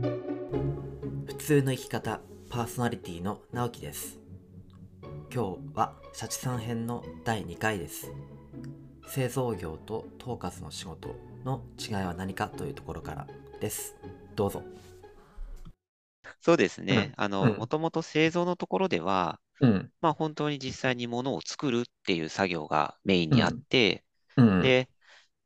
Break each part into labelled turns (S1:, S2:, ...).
S1: 普通の生き方パーソナリティの直樹です今日はシャチさん編の第2回です製造業と統括の仕事の違いは何かというところからですどうぞ
S2: そうですね。あの、
S1: うん
S2: もともと製造のところでは、
S1: うん
S2: まあ本当に実際に物を作るっていう作業がメインにあって、
S1: うん
S2: で、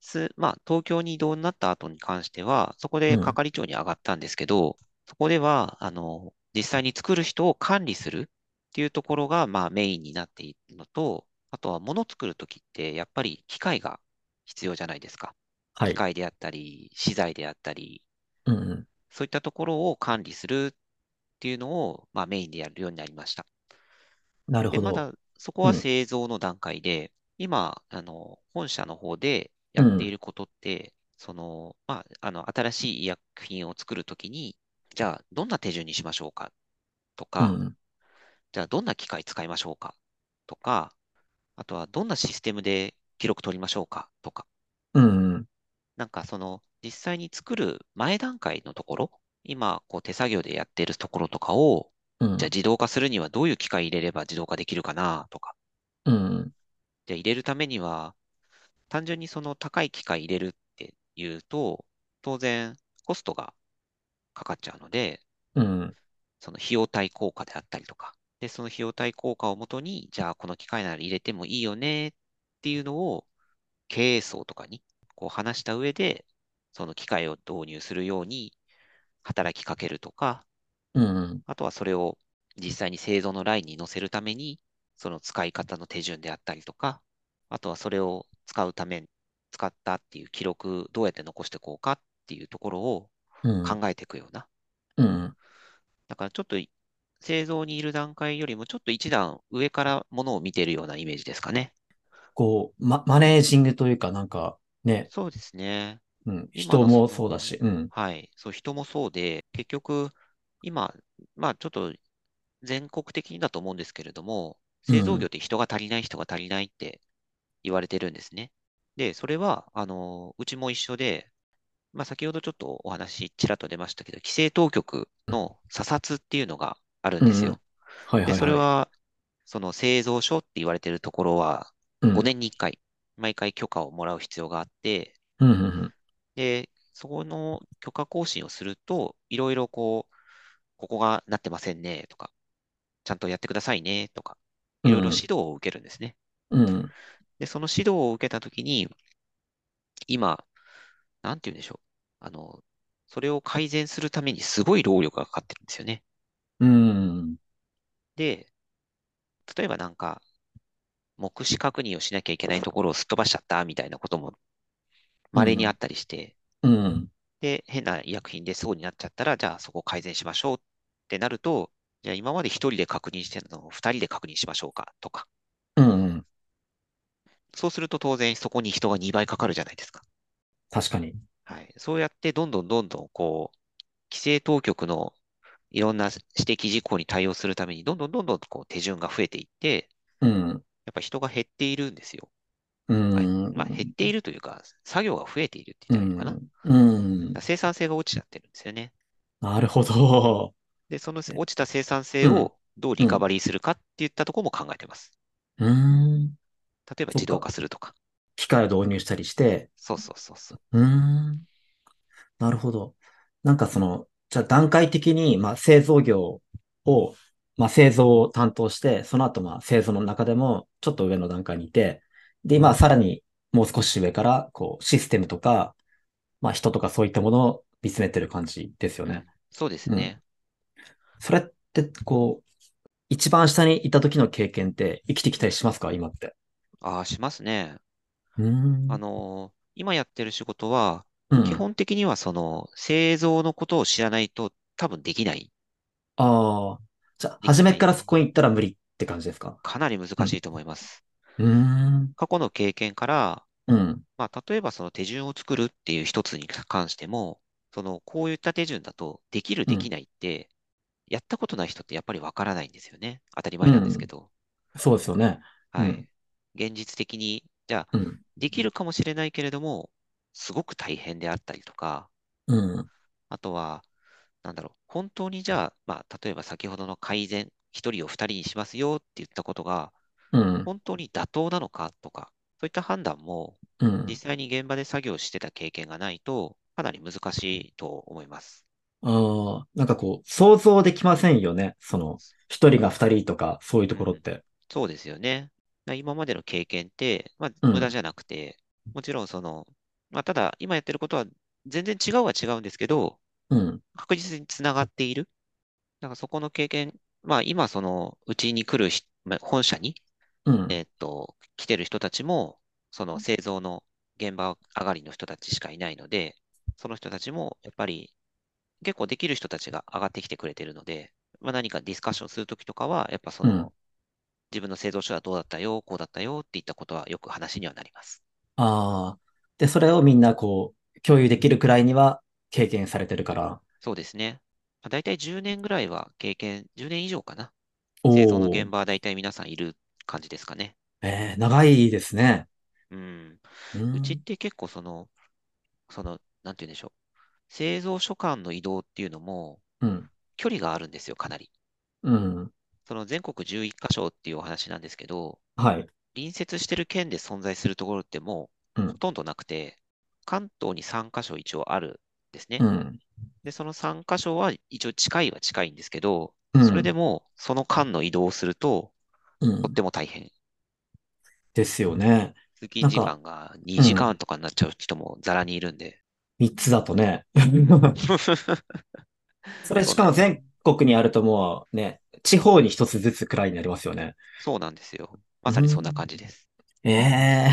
S2: す、まあ東京に移動になった後に関しては、そこで
S1: うん
S2: 係長に上がったんですけど、そこでは、あの、実際に作る人を管理するっていうところが、まあメインになっているのと、あとは物を作るときって、やっぱり機械が必要じゃないですか。
S1: は
S2: 機械であったり、資材であったり、
S1: うんうん
S2: そういったところを管理するっていうのを、まあ、メインでやるようになりました。
S1: なる
S2: で、
S1: ほ
S2: ま
S1: ど
S2: だそこ
S1: う
S2: は
S1: ん
S2: 製造の段階で、今、あの、本社の方でやっていることって、その、まあ、あの、新しい医薬品を作るときに、じゃあ、どんな手順にしましょうかと
S1: う
S2: か、
S1: ん
S2: じゃあ、どんな機械使いましょうかとか、あとは、どんなシステムで記録取りましょうかとか、
S1: うんうん
S2: なんかその実際に作る前段階のところ、今こう手作業でやってるところとかを、
S1: うん
S2: じゃあ自動化するにはどういう機械入れれば自動化できるかなとか、
S1: うん
S2: じゃあ入れるためには、単純にその高い機械入れるっていうと、当然コストがかかっちゃうので、
S1: うん
S2: その費用対効果であったりとか、で、その費用対効果をもとに、じゃあこの機械なら入れてもいいよねっていうのを経営層とかにこう話した上で、その機械を導入するように働きかけるとか、
S1: うん
S2: あとはそれを実際に製造のラインに乗せるために、その使い方の手順であったりとか、あとはそれを使うため、使ったっていう記録、どうやって残していこうかっていうところを
S1: うん
S2: 考えていくような
S1: うん
S2: だからちょっとい製造にいる段階よりもちょっと一段上からものを見てるようなイメージですかね。
S1: こうまマネージングというかなんかね
S2: そうですね。
S1: うん
S2: 今
S1: 人
S2: の
S1: も
S2: その
S1: そうだしうん
S2: はい。そう、人もそうで、結局、今、まあちょっと全国的にだと思うんですけれども、製造業って人が足りない人が足りないって言われてるんですね。で、それは、あの、うちも一緒で、まあ先ほどちょっとお話ちらっと出ましたけど、規制当局の査察っていうのがあるんです
S1: うんうん
S2: よ。
S1: はいはい
S2: で、
S1: はい
S2: それは、その製造所って言われてるところは、
S1: うん
S2: 5年に1回、毎回許可をもらう必要があって、
S1: うんうんうん
S2: で、そこの許可更新をすると、いろいろこう、ここがなってませんね、とか、ちゃんとやってくださいね、とか、いろいろ指導を受けるんですね。
S1: うん
S2: で、その指導を受けたときに、今、なんて言うんでしょう。あの、それを改善するためにすごい労力がかかってるんですよね。
S1: うん
S2: で、例えばなんか、目視確認をしなきゃいけないところをすっ飛ばしちゃったみたいなことも稀にあったりして、
S1: うん
S2: で、変な医薬品でそうになっちゃったら、じゃあそこを改善しましょうってなると、じゃあ今まで一人で確認してたのを二人で確認しましょうかとか、
S1: うん
S2: そうすると当然そこに人が2倍かかるじゃないですか。
S1: 確かに
S2: はい。そうやってどんどんどんどんこう、規制当局のいろんな指摘事項に対応するために、どんどんどんどんこう手順が増えていって、
S1: うん
S2: やっぱ人が減っているんですよ。
S1: う
S2: はい
S1: ん
S2: まあ、減っているというか、作業が増えているって
S1: う
S2: 言ったらいいのかな。だか
S1: んうん
S2: ら生産性が落ちちゃってるんですよね。
S1: なるほど。
S2: で、その
S1: ね
S2: 落ちた生産性
S1: うん
S2: をどうリカバリーするかっていったところも考えてます。
S1: うーん。
S2: 例え
S1: そっか
S2: ば自動化するとか。
S1: 機械を導入したりして。
S2: そうそうそうそう。
S1: うーん。なるほど。なんかその、じゃあ段階的に、まあ、製造業を、まあ、製造を担当して、その後、まあ、製造の中でも、ちょっと上の段階にいて、で、今、さらにもう少し上から、こう、システムとか、まあ、人とかそういったものを見つめてる感じですよ
S2: う
S1: ね
S2: ん。そうですね。
S1: それって、こう、一番下にいた時の経験って生きてきたりしますか今って。
S2: ああ、しますね。
S1: うーん
S2: あのー今やってる仕事は、
S1: うん
S2: 基本的にはその製造のことを知らないと多分できない。
S1: ああ。じゃあ、初めからそこに行ったら無理って感じですか
S2: かなり難しいと思います。
S1: うーん。
S2: 過去の経験から、
S1: うん。
S2: まあ、例えばその手順を作るっていう一つに関しても、そのこういった手順だと、できる、
S1: うん
S2: できないって、やったことない人ってやっぱりわからないんですよね。当たり前なんですけど。
S1: そうですよね。
S2: は
S1: う
S2: い
S1: ん。
S2: 現実的に、じゃあ、
S1: うん、
S2: できるかもしれないけれども、すごく大変であったりとか、
S1: うん、
S2: あとは、なんだろう、本当にじゃあ、まあ、例えば先ほどの改善、一人を二人にしますよって言ったことが、
S1: うん、
S2: 本当に妥当なのかとか、そういった判断も、
S1: うん。
S2: 実際に現場で作業してた経験がないと、かなり難しいと思います。
S1: ああ、なんかこう、想像できませんよね。その、一人が二人とか、そういうところって。
S2: そうですよね。だから今までの経験って、ま
S1: う
S2: あ、
S1: ん
S2: 無駄じゃなくて、もちろんその、まあ、ただ、今やってることは全然違うは違うんですけど、
S1: うん、
S2: 確実につながっている。だからそこの経験、まあ今そのうちに来るひ、まあ本社に、
S1: うん、
S2: えーっと、来てる人たちも、その製造の現場上がりの人たちしかいないので、その人たちもやっぱり結構できる人たちが上がってきてくれてるので、まあ、何かディスカッションするときとかは、やっぱそ
S1: うん
S2: の自分の製造所はどうだったよ、こうだったよっていったことはよく話にはなります。
S1: ああ。で、それをみんなこう、共有できるくらいには経験されてるから。
S2: そうですね。まあ、大体10年ぐらいは経験、10年以上かな。
S1: お
S2: 製造の現
S1: お。
S2: 場は大体皆さんいる感じですかね。
S1: ええ、長いですね。
S2: うん。
S1: う
S2: うちっ
S1: ん、
S2: て結構その、その、なんて言うんでしょう。製造所間の移動っていうのも
S1: うん、
S2: 距離があるんですよ、かなり。
S1: うん。
S2: その全国11カ所っていうお話なんですけど、
S1: はい。
S2: 隣接してる県で存在するところってもう
S1: うん
S2: ほとんどなくて、関東に3カ所一応あるんですね
S1: う。ん、
S2: で、その3カ所は一応近いは近いんですけど、
S1: うん、
S2: それでもその間の移動をすると
S1: うん
S2: とっても大変。
S1: ですよね。
S2: 通勤
S1: なん
S2: 時
S1: か
S2: 間が2時間とかになっちゃう人もざらにいるんで。
S1: 三つだとね。それしかも全国にあるともうね、地方に一つずつくらいになりますよね。
S2: そうなんですよ。まさにそんな感じです。
S1: ええ。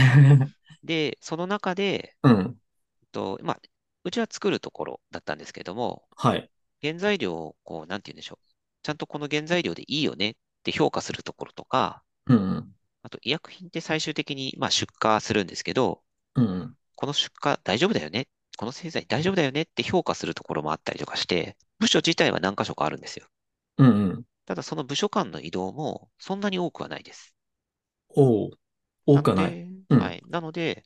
S2: で、その中で、
S1: うん、
S2: えっと、まあ、うちは作るところだったんですけども、
S1: はい。
S2: 原材料をこう、なんて言うんでしょう。ちゃんとこの原材料でいいよねって評価するところとか、
S1: うん、
S2: あと医薬品って最終的に、まあ、出荷するんですけど、
S1: うん、
S2: この出荷大丈夫だよね。この製剤大丈夫だよねって評価するところもあったりとかして、部署自体は何箇所かあるんですよ。
S1: うん、うん。
S2: ただその部署間の移動もそんなに多くはないです。
S1: おお、多くはない。
S2: の
S1: う
S2: で
S1: ん
S2: はい。なので、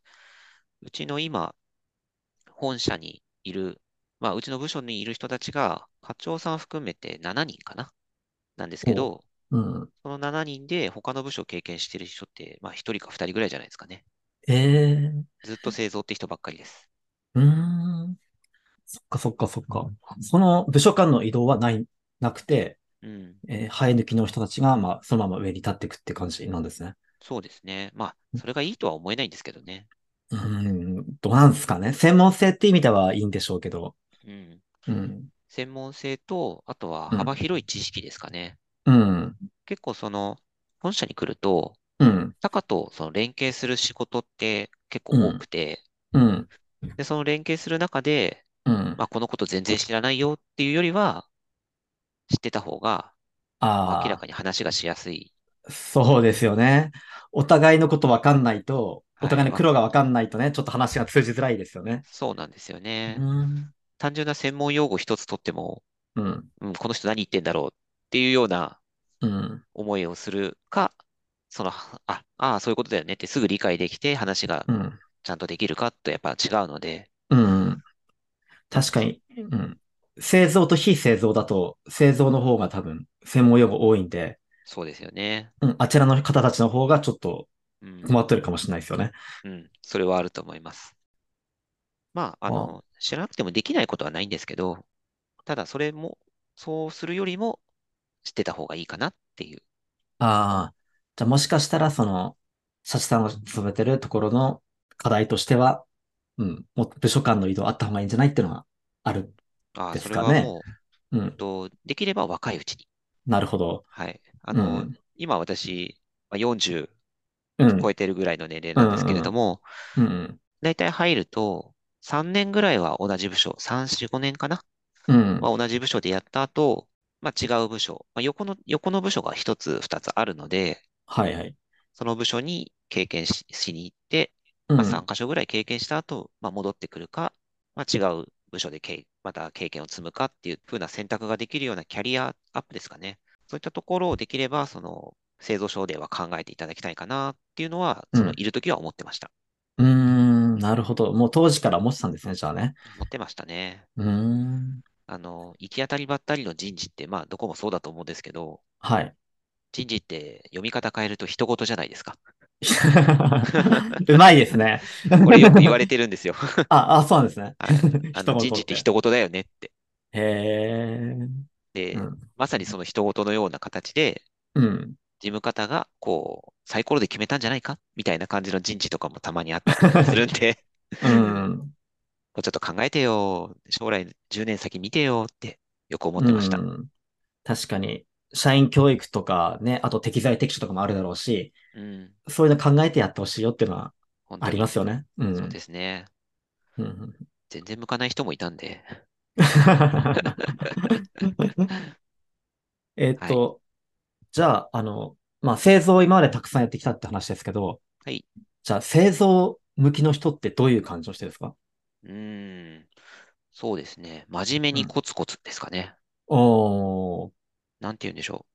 S2: うちの今、本社にいる、まあ、うちの部署にいる人たちが、課長さん含めて7人かななんですけど、
S1: うん。
S2: その7人で他の部署を経験している人って、まあ、1人か2人ぐらいじゃないですかね。
S1: ええ
S2: ずっと製造って人ばっかりです。
S1: うーん。そっかそっかそっか。その部署間の移動はない、なくて、
S2: うん。
S1: えー生え抜きの人たちが、まあ、そのまま上に立っていくって感じなんですね。
S2: そうですね。まあ、それがいいとは思えないんですけどね。
S1: うーん、どうなんですかね。専門性って意味ではいいんでしょうけど。
S2: うん。
S1: うん。
S2: 専門性と、あとは
S1: うん
S2: 幅広い知識ですかね。
S1: うん。
S2: 結構その、本社に来ると、
S1: うん。
S2: 他課とその連携する仕事って結構多くて、
S1: うん。
S2: で、その連携する中で、
S1: うん。
S2: まあ、このこと全然知らないよっていうよりは、知ってた方がまあ明ら
S1: あ
S2: かに話がしやすい。
S1: あ、そうですよね。お互いのことわかんないと、
S2: はい
S1: お互いの苦労がわかんないとね、ちょっと話が通じづらいですよね。
S2: そうなんですよ
S1: う
S2: ね。
S1: ん。
S2: 単純な専門用語一つとっても、
S1: うん。
S2: うん、この人何言ってんだろうっていうような
S1: うん。
S2: 思いをするか、その、あ、ああ、そういうことだよねってすぐ理解できて話が
S1: うん。
S2: ちゃんとできるかとやっぱ違うので、
S1: うん。確かに、うん。製造と非製造だと、製造の方が多分、専門用語多いんで、
S2: そうですよね。
S1: うん、あちらの方たちの方がちょっと
S2: うん。
S1: 困ってるかもしれないですよね。
S2: うん、それはあると思います。まあ、あの、知らなくてもできないことはないんですけど、ただそれも、そうするよりも知ってた方がいいかなっていう。
S1: ああ。じゃあもしかしたら、その、社長さんが勤めてるところの課題としては、うん、もっと部署間の移動あった方がいいんじゃないっていうのがある。
S2: ああ、
S1: で
S2: そ
S1: す
S2: れ
S1: かね
S2: はもう、
S1: う
S2: え
S1: ん、
S2: っと、できれば若いうちに。
S1: なるほど。
S2: はい。あ
S1: う
S2: の、
S1: ん、
S2: 今私、まあ40
S1: うん、
S2: 超えてるぐらいの年齢なんですけれども、
S1: うん、
S2: だいたい入ると、3年ぐらいは同じ部署、3、4、5年かな、
S1: うん、
S2: まあ、同じ部署でやった後、まあ、違う部署、まあ、横の、横の部署が1つ、2つあるので、
S1: はいはい。
S2: その部署に経験し、しに行って、
S1: う
S2: まあ、
S1: ん、
S2: 3箇所ぐらい経験した後、まあ、戻ってくるか、まあ、違う部署でけ、また経験を積むかっていう風な選択ができるようなキャリアアップですかね。そういったところをできれば、その、製造省では考えていただきたいかなっていうのは、
S1: うん
S2: そのいるときは思ってました。
S1: うーん、なるほど。もう当時から思ってたんですね、じゃあね。
S2: 思ってましたね。
S1: うーん。
S2: あの、行き当たりばったりの人事って、まあ、どこもそうだと思うんですけど、
S1: はい。
S2: 人事って読み方変えると人事じゃないですか。
S1: うまいですね。
S2: これよく言われてるんですよ。
S1: あ、あ、そうなんですね。
S2: はいあ
S1: 人
S2: の、
S1: ごと
S2: 人事って人事だよねって。
S1: へえ。
S2: で
S1: うん、
S2: まさにその人事のような形で、
S1: うん。
S2: 事務方が、こう、サイコロで決めたんじゃないかみたいな感じの人事とかもたまにあったりするん で、
S1: うん。
S2: もうちょっと考えてよ。将来10年先見てよってよく思って
S1: う
S2: ました。
S1: ん。確かに、社員教育とかね、あと適材適所とかもあるだろうし、
S2: うん。
S1: そういうの考えてやってほしいよっていうのは
S2: 本当
S1: あり
S2: に。
S1: ますよね。うん。
S2: そうですね。
S1: うんうん
S2: 全然向かない人もいたんで。
S1: えっと、じゃあ、あの、まあ、製造を今までたくさんやってきたって話ですけど、
S2: はい。
S1: じゃあ、製造向きの人ってどういう感じの人ですか
S2: うーん。そうですね。真面目にコツコツですかね。
S1: おー、
S2: なんて言うんでしょ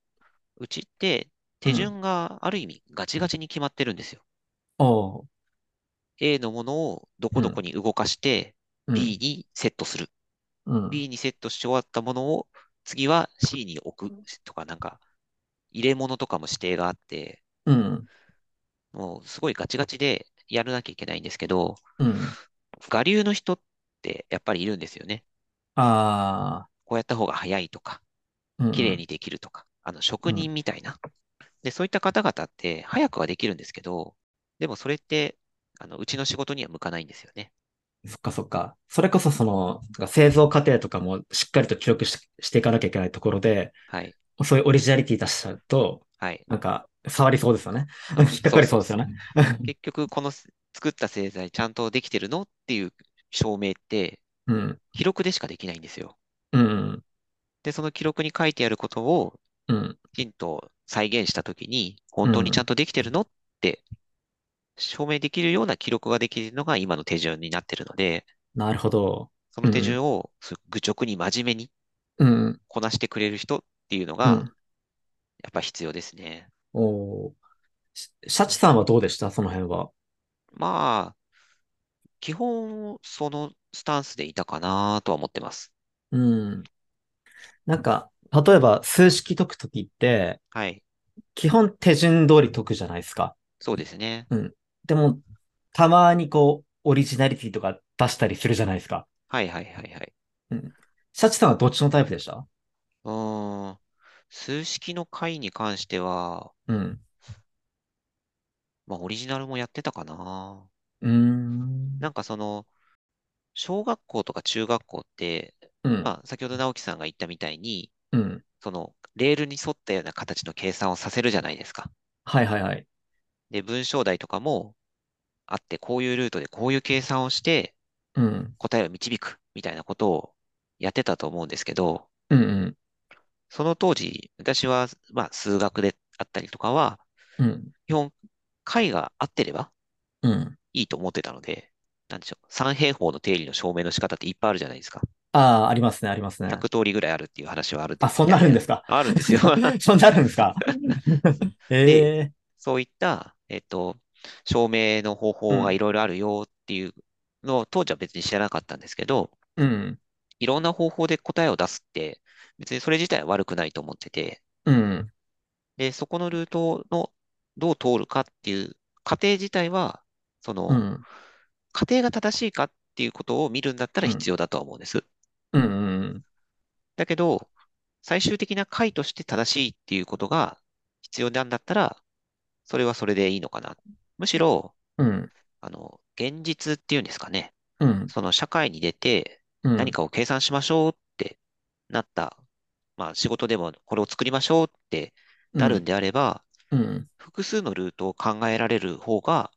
S2: う。うちって手順がある意味ガチガチに決まってるんですよ。
S1: おー、
S2: A のものをどこどこに動かして
S1: うん
S2: B にセットする。
S1: うん、
S2: B にセットし終わったものを次は C に置くとかなんか入れ物とかも指定があって、
S1: うん、
S2: もうすごいガチガチでやらなきゃいけないんですけど、
S1: うん。
S2: 我流の人ってやっぱりいるんですよね。
S1: あ
S2: こうやった方が早いとか、
S1: ー、うん
S2: 綺麗にできるとか、あの職人みたいな。で、そういった方々って早くはできるんですけど、でもそれって、あの、うちの仕事には向かないんですよね。
S1: そっかそっか。それこそその、なんか製造過程とかもしっかりと記録ししていかなきゃいけないところで、
S2: はい。
S1: そういうオリジナリティ出しちゃうと、
S2: はい。
S1: なんか、触りそうですよね。引っかかりそうですよね。
S2: 結局、このす作った製剤ちゃんとできてるのっていう証明って、
S1: うん、
S2: 記録でしかできないんですよ。
S1: うん、
S2: で、その記録に書いてあることを
S1: うん、
S2: きちんと再現したときに、本当にちゃんとできてるのって証明できるような記録ができるのが今の手順になってるので、
S1: なるほど。
S2: その手順をす愚直に真面目に
S1: うん、
S2: こなしてくれる人っていうの
S1: う
S2: が、
S1: ん。
S2: やっぱ必要ですね。
S1: おーしシャチさんはどうでしたその辺は。
S2: まあ、基本、そのスタンスでいたかなとは思ってます。
S1: うん。なんか、例えば数式解くときって、
S2: はい。
S1: 基本手順通り解くじゃないですか。
S2: そうですね。
S1: でも、たまにこう、オリジナリティとか出したりするじゃないですか。
S2: はいはいはいはい。
S1: シャチさんはどっちのタイプでした
S2: うーん。数式の解に関しては、
S1: うん。
S2: まあ、オリジナルもやってたかな。
S1: うーん。
S2: なんかその、小学校とか中学校って、
S1: うん。
S2: まあ、先ほど直樹さんが言ったみたいに、
S1: うん。
S2: その、レールに沿ったような形の計算をさせるじゃないですか。
S1: はいはいはい。
S2: で、文章題とかもあって、こういうルートでこういう計算をして、
S1: うん。
S2: 答えを導くみたいなことをやってたと思うんですけど、
S1: うんうん。
S2: その当時、私は、まあ、数学であったりとかは、
S1: うん。
S2: 基本、解が合ってれば
S1: うん。
S2: いいと思ってたので、なんでしょう、三平方の定理の証明の仕方っていっぱいあるじゃないですか。
S1: ああ、ありますね、ありますね。
S2: 100通りぐらいあるっていう話はある
S1: あ、そんなあるんですか。
S2: あるんですよ。
S1: そんなあるんですか。ええ
S2: そういった、えっと、証明の方法がいろいろあるよっていうのを当時は別に知らなかったんですけど、
S1: うん。
S2: いろんな方法で答えを出すって、別にそれ自体は悪くないと思ってて、
S1: うん。
S2: で、そこのルートのどう通るかっていう過程自体は、その、
S1: うん。
S2: 過程が正しいかっていうことを見るんだったら
S1: うん
S2: 必要だとは思うんです。
S1: うんうん
S2: だけど、最終的な解として正しいっていうことが必要なんだったら、それはそれでいいのかな。むしろ、
S1: うん。うん
S2: あの、現実っていうんですかね。
S1: うん
S2: その社会に出て
S1: うん。
S2: 何かを計算しましょうってなった、まあ仕事でもこれを作りましょうってなるんであれば、
S1: うん。
S2: 複数のルートを考えられる方が、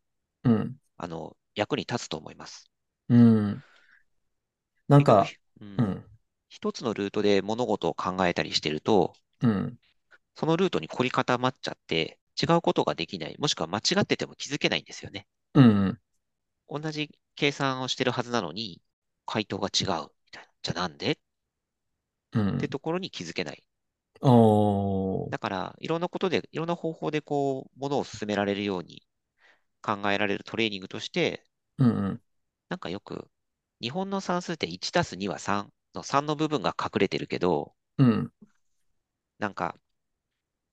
S1: うん。
S2: あの、役に立つと思います。
S1: うん。なんか、
S2: う、
S1: うんん。
S2: 一つのルートで物事を考えたりしてると、
S1: うん。
S2: そのルートに凝り固まっちゃって、違うことができない、もしくは間違ってても気づけないんですよね。
S1: うん。
S2: 同じ計算をしてるはずなのに、回答が違うみたいな。じゃあなんでっ
S1: うん。
S2: てところに気づけない。
S1: おー、
S2: だから、いろんなことで、いろんな方法でこう、ものを進められるように考えられるトレーニングとして、
S1: うんうん。
S2: なんかよく、日本の算数って1たす2は3の3の部分が隠れてるけど、
S1: うん。
S2: なんか、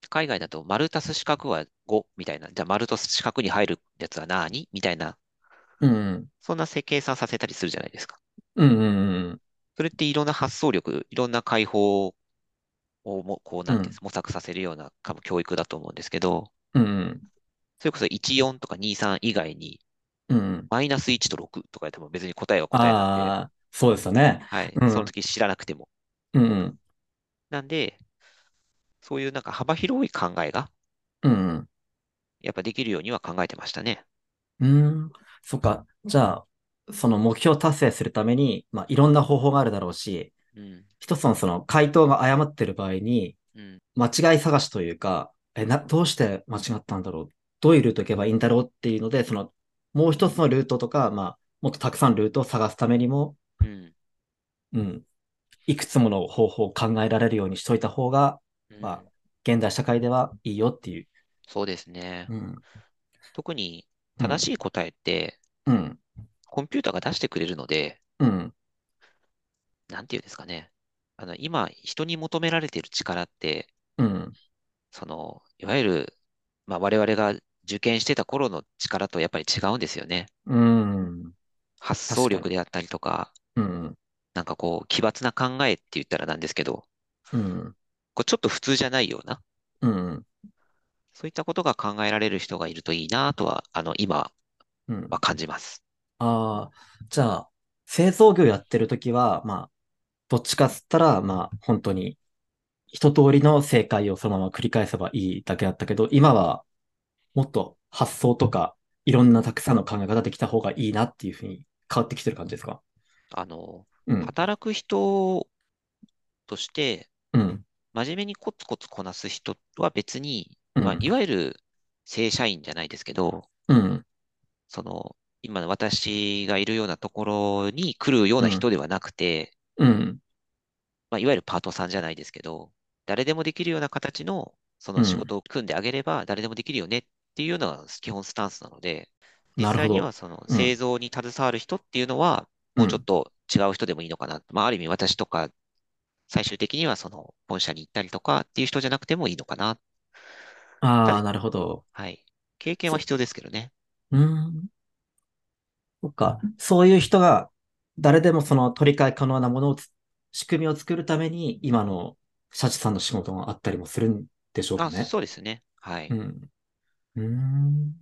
S2: 海外だと丸たす四角は5みたいな、じゃあ丸と四角に入るやつは何みたいな、
S1: うん。
S2: そんなせ計算させたりするじゃないですか。
S1: うんうんうん。
S2: それっていろんな発想力、いろんな解放をも、こう、
S1: う
S2: なんていうんです
S1: ん。
S2: 模索させるような、多分教育だと思うんですけど、
S1: うんうん
S2: それこそ14とか23以外に、
S1: うん。
S2: マイナス1と6とかやっても別に答えは答えなんで、
S1: ああ、そうですよね。
S2: はい、
S1: う
S2: その
S1: ん。
S2: 時知らなくても。
S1: うんうん。
S2: なんで、そういうなんか幅広い考えが、
S1: うん
S2: やっぱできるようには考えてましたね。
S1: うん。うーん。そっか。じゃあ、その目標達成するために、まあ、いろんな方法があるだろうし、
S2: うん、
S1: 一つのその回答が誤ってる場合に、
S2: うん、
S1: 間違い探しというか、え、な、どうして間違ったんだろう。どういうルート行けばいいんだろうっていうので、その、もう一つのルートとか、まあ、もっとたくさんルートを探すためにも、
S2: うん、
S1: うん、いくつもの方法を考えられるようにしといた方が、
S2: う
S1: まあ、
S2: ん。
S1: 現代社会ではいいよっていう。
S2: そうですね。
S1: うん、
S2: 特に
S1: うん、
S2: 正しい答えって、
S1: うん、
S2: コンピューターが出してくれるので、
S1: うん、
S2: なんていうんですかね。あの、今、人に求められている力って、
S1: うん、
S2: その、いわゆる、まあ、我々が受験してた頃の力とやっぱり違うんですよね。
S1: うん、
S2: 発想
S1: 確か
S2: 力
S1: に。
S2: であったりとか、
S1: うん、
S2: なんかこう、奇抜な考えって言ったらなんですけど、
S1: うん、
S2: こうちょっと普通じゃないような、
S1: うん、
S2: そういったことが考えられる人がいるといいなとは、あの、今
S1: う
S2: は
S1: ん。
S2: 感じます。
S1: ああ、じゃあ、製造業やってるときは、まあ、どっちかっつったら、まあ、本当に、一通りの正解をそのまま繰り返せばいいだけだったけど、今はもっと発想とか、いろんなたくさんの考え方できた方がいいなっていうふうに変わってきてる感じですか
S2: あの、
S1: うん、
S2: 働く人として、
S1: うん、
S2: 真面目にコツコツこなす人は別に、
S1: う
S2: まあ、い
S1: ん、
S2: わゆる正社員じゃないですけど、
S1: うん、
S2: その、今の私がいるようなところに来るよう
S1: う、
S2: なん人ではなくて、
S1: うん、
S2: まあ、いわゆるパートさんじゃないですけど、誰でもできるような形の、そうの仕
S1: ん。
S2: 事を組んであげれば、誰でもできるよねっていうのが基本スタンスなので、実
S1: なるほ
S2: 際には
S1: ど。
S2: その
S1: う
S2: 製
S1: ん、
S2: 造に携わる人っていうのは、
S1: う
S2: もうちょっ
S1: ん、
S2: と違う人でもいいのかな。まあ、ある意味私とか、最終的にはその本社に行ったりとかっていう人じゃなくてもいいのかな。た
S1: あ
S2: だ、
S1: あ、なるほど。
S2: はい。経験は
S1: そ、
S2: 必要ですけどね。
S1: うーん、そっか。そういう人が、誰でもその取り替え可能なものをつ、仕組みを作るために、今の社長さんの仕事があったりもするんでしょうか
S2: あ、
S1: ね。
S2: そうですね。は
S1: う
S2: い。
S1: ん、うーん。